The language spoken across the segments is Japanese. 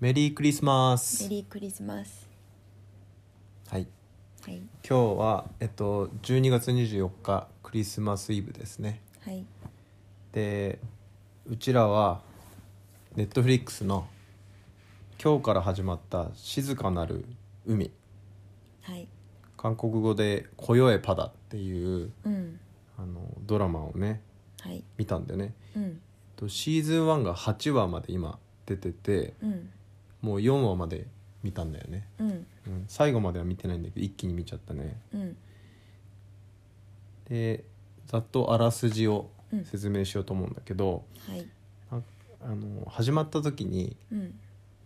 メリークリスマメスリークリスマスはいはい今日はえっと12月24日クリスマスイブですねはいでうちらはネットフリックスの今日から始まった「静かなる海はい」韓国語で「こよえパダ」っていううんあのドラマをねはい見たんだよねうんとシーズン1が8話まで今出ててうんもう4話まで見たんだよね、うんうん、最後までは見てないんだけど一気に見ちゃったねうんでざっとあらすじをうん説明しようと思うんだけど、はいああの始まった時にうん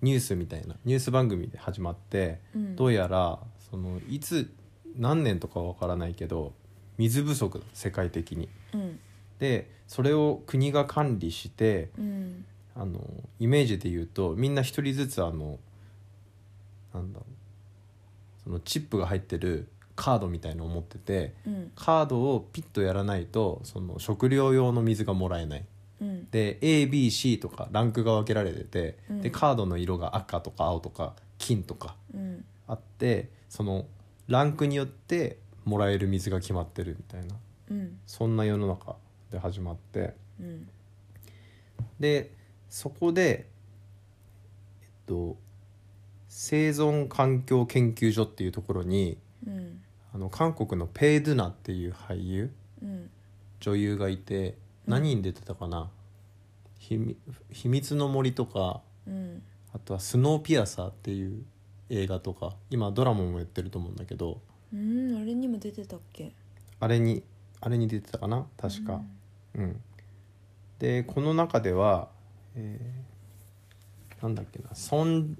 ニュースみたいなニュース番組で始まって、うんどうやらそのいつ何年とかわからないけど水不足世界的に。うんでそれを国が管理してうんあのイメージで言うとみんな一人ずつあのなんだろうそのチップが入ってるカードみたいのを持っててうんカードをピッとやらないとその食料用の水がもらえないうんで ABC とかランクが分けられてて、うんでカードの色が赤とか青とか金とかうんあってそのランクによってもらえる水が決まってるみたいなうんそんな世の中で始まってうんでそこでえっと生存環境研究所っていうところにうんあの韓国のペイ・ドゥナっていう俳優うん女優がいてうん何に出てたかな「ひみ秘密の森」とかうんあとは「スノーピアサー」っていう映画とか今ドラマもやってると思うんだけどうんあれにも出てたっけあれにあれに出てたかな確か。うんでこの中では、えーなんだっけなソン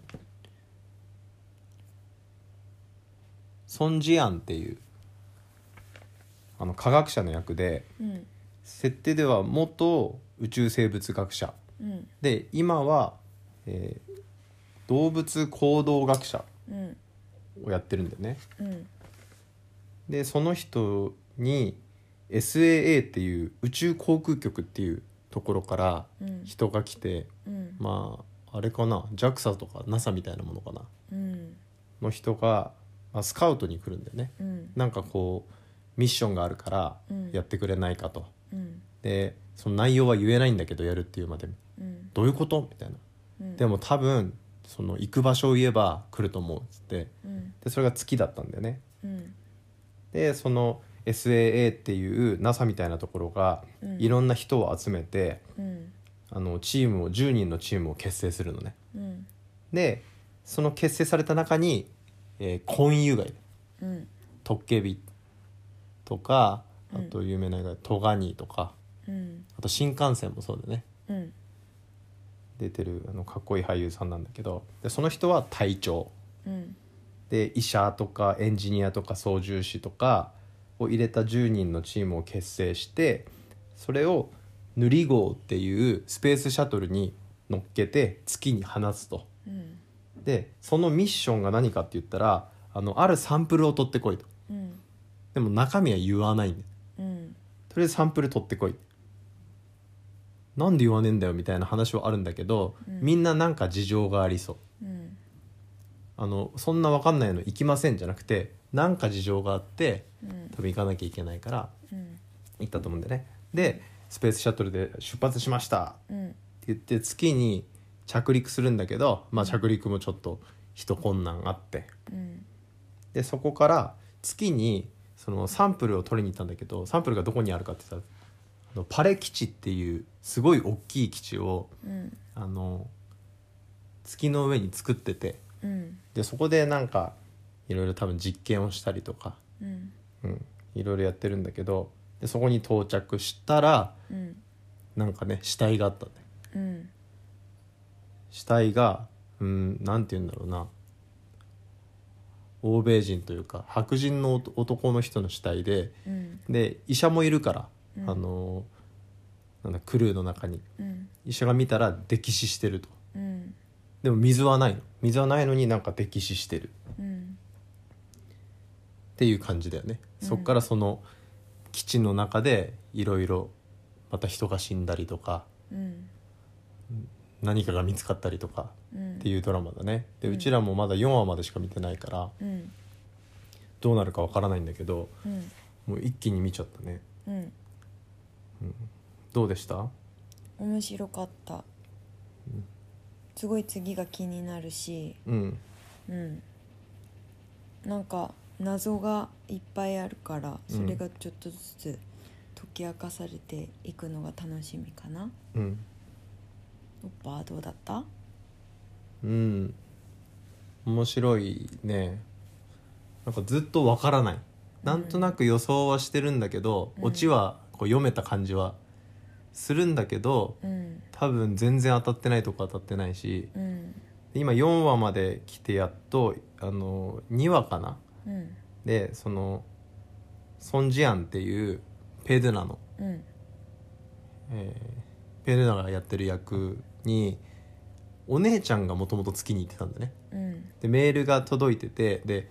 ソン・ジアンっていうあの科学者の役で。うん設定では元宇宙生物学者うんで今は、えー動物行動学者うんをやってるんだよねうんでその人に SAA っていう宇宙航空局っていうところからうん人が来て、うんまああれかな JAXA とか NASA みたいなものかなうんの人が、まあ、スカウトに来るんだよねうんなんかこうミッションがあるからうんやってくれないかと、うんでその内容は言えないんだけどやるっていうまでうんどういうことみたいなうんでも多分その行く場所を言えば来ると思うっつってうんでそれが月だったんだよねうんでその SAA っていう NASA みたいなところがうんいろんな人を集めて、うんあのチームを10人のチームを結成するのねうんでその結成された中に、えー、コンユガイうんトッケビとかうあんと有名な映画トガニーとかうんあと新幹線もそうだねうん出てるあのかっこいい俳優さんなんだけどでその人は隊長うんで医者とかエンジニアとか操縦士とかを入れた10人のチームを結成してそれをヌリ号っていうスペースシャトルに乗っけて月に放つとうんでそのミッションが何かって言ったらあのあるサンプルを取ってこいとうんでも中身は言わないんだようんとりあえずサンプル取ってこいなんで言わねえんだよみたいな話はあるんだけど、うんみんななんか事情がありそううんあのそんな分かんないの行きませんじゃなくてなんか事情があってうん多分行かなきゃいけないからうん行ったと思うんだよねでスペースシャトルで出発しましたってうん言って月に着陸するんだけど、まあ、着陸もちょっと人困難あってうんでそこから月にそのサンプルを取りに行ったんだけどサンプルがどこにあるかって言ったらあのパレ基地っていうすごい大きい基地をうんあの月の上に作っててうんでそこでなんかいろいろ多分実験をしたりとかうんうん、いろいろやってるんだけどでそこに到着したらうんなんかね死体があったねうん死体がうんなんて言うんだろうな欧米人というか白人の男男の人の死体でうんで医者もいるから、うんあのなんだクルーの中にうん医者が見たら溺死してるとうんでも水はないの水はないのになんか溺死してるうんっていう感じだよね、そっからその基地の中でいろいろまた人が死んだりとかうん何かが見つかったりとかうんっていうドラマだねでうんうちらもまだ4話までしか見てないからうんどうなるかわからないんだけどうんもう一気に見ちゃったねうんどうでした面白かった、すごい次が気になるしうんうんなんか謎がいっぱいあるからうんそれがちょっとずつ解き明かされていくのが楽しみかなうんおっぱはどうだったうん面白いねなんかずっとわからないなんとなく予想はしてるんだけど、うんオチはこう読めた感じはするんだけどうん多分全然当たってないとこ当たってないしうん今4話まで来てやっとあの2話かなうんでそのソン・ジアンっていうペドゥナの、うんえーペドゥナがやってる役にお姉ちゃんがもともと月に行ってたんだねうんでメールが届いててで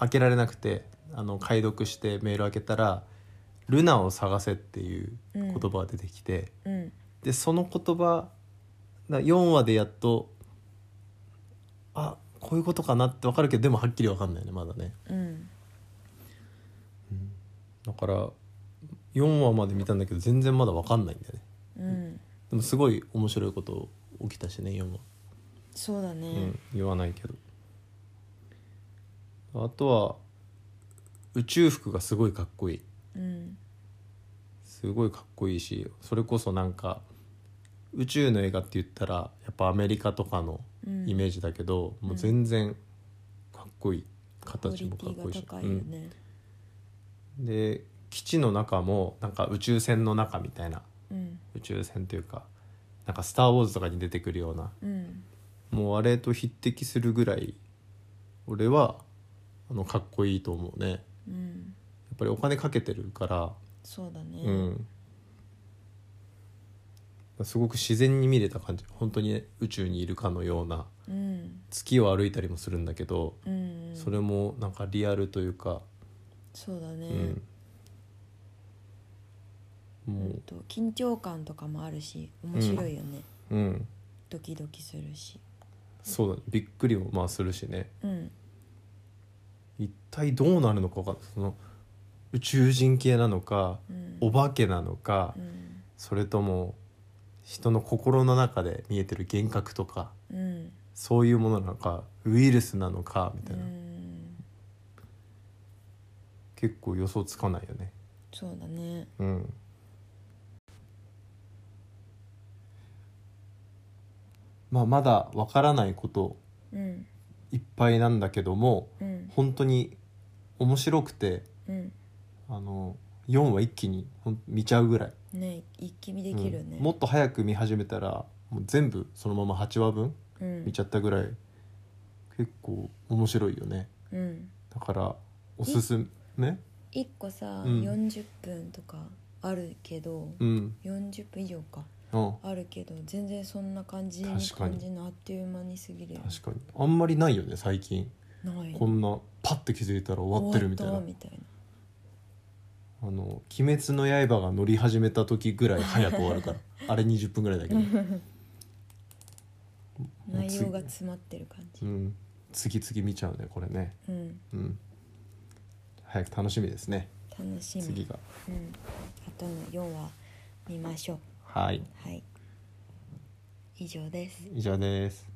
開けられなくてあの解読してメール開けたら「ルナを探せ」っていう言葉が出てきて、うんでその言葉な4話でやっとあこういうことかなって分かるけどでもはっきり分かんないよねまだねうんだから4話まで見たんだけど全然まだ分かんないんだよねうんでもすごい面白いこと起きたしね4話、そうだね、うん、言わないけどあとは宇宙服がすごいかっこいいうんすごいかっこいいしそれこそなんか宇宙の映画って言ったらやっぱアメリカとかのうんイメージだけど、もう全然かっこいいクオ形リもテかっィこいいしが、高いよねうんで基地の中もなんか宇宙船の中みたいなうん宇宙船というかなんか「スター・ウォーズ」とかに出てくるようなうんもうあれと匹敵するぐらい俺はあのかっこいいと思うねやうんっぱりお金かけてるからそうだね、うんすごく自然に見れた感じ本当にね宇宙にいるかのようなうん月を歩いたりもするんだけど、うんそれもなんかリアルというか、そうだね、うんもうんと緊張感とかもあるし面白いよね、ううんドキドキするしそうだねびっくりもまあするしねうん一体どうなるのか分かんないその宇宙人系なのかうんお化けなのか、うんそれとも人の心の中で見えてる幻覚とかうんそういうものなのかウイルスなのかみたういな、ん結構予想つかないよねそうだねうんまあまだわからないことうんいっぱいなんだけどもうん本当に面白くてうんあの4は一気にほん見ちゃうぐらいね一気見できるね、うんもっと早く見始めたらもう全部そのまま8話分うん見ちゃったぐらい結構面白いよねうんだからおすすめ一個さ、うん40分とかあるけど、うん40分以上かうんあるけど全然そんな感じ確にかに感じのあっという間に過ぎるよね確かにあんまりないよね最近ないこんなパッて気づいたら終わってるみたいな終わったみたい「なあの鬼滅の刃」が乗り始めた時ぐらい早く終わるからあれ20分ぐらいだけど、もう内次容が詰まってる感うじん、次々見ちゃうねこれねうんうん早く楽しみですね楽しみ次がうん、あとの4話見ましょうはいはい以上です以上です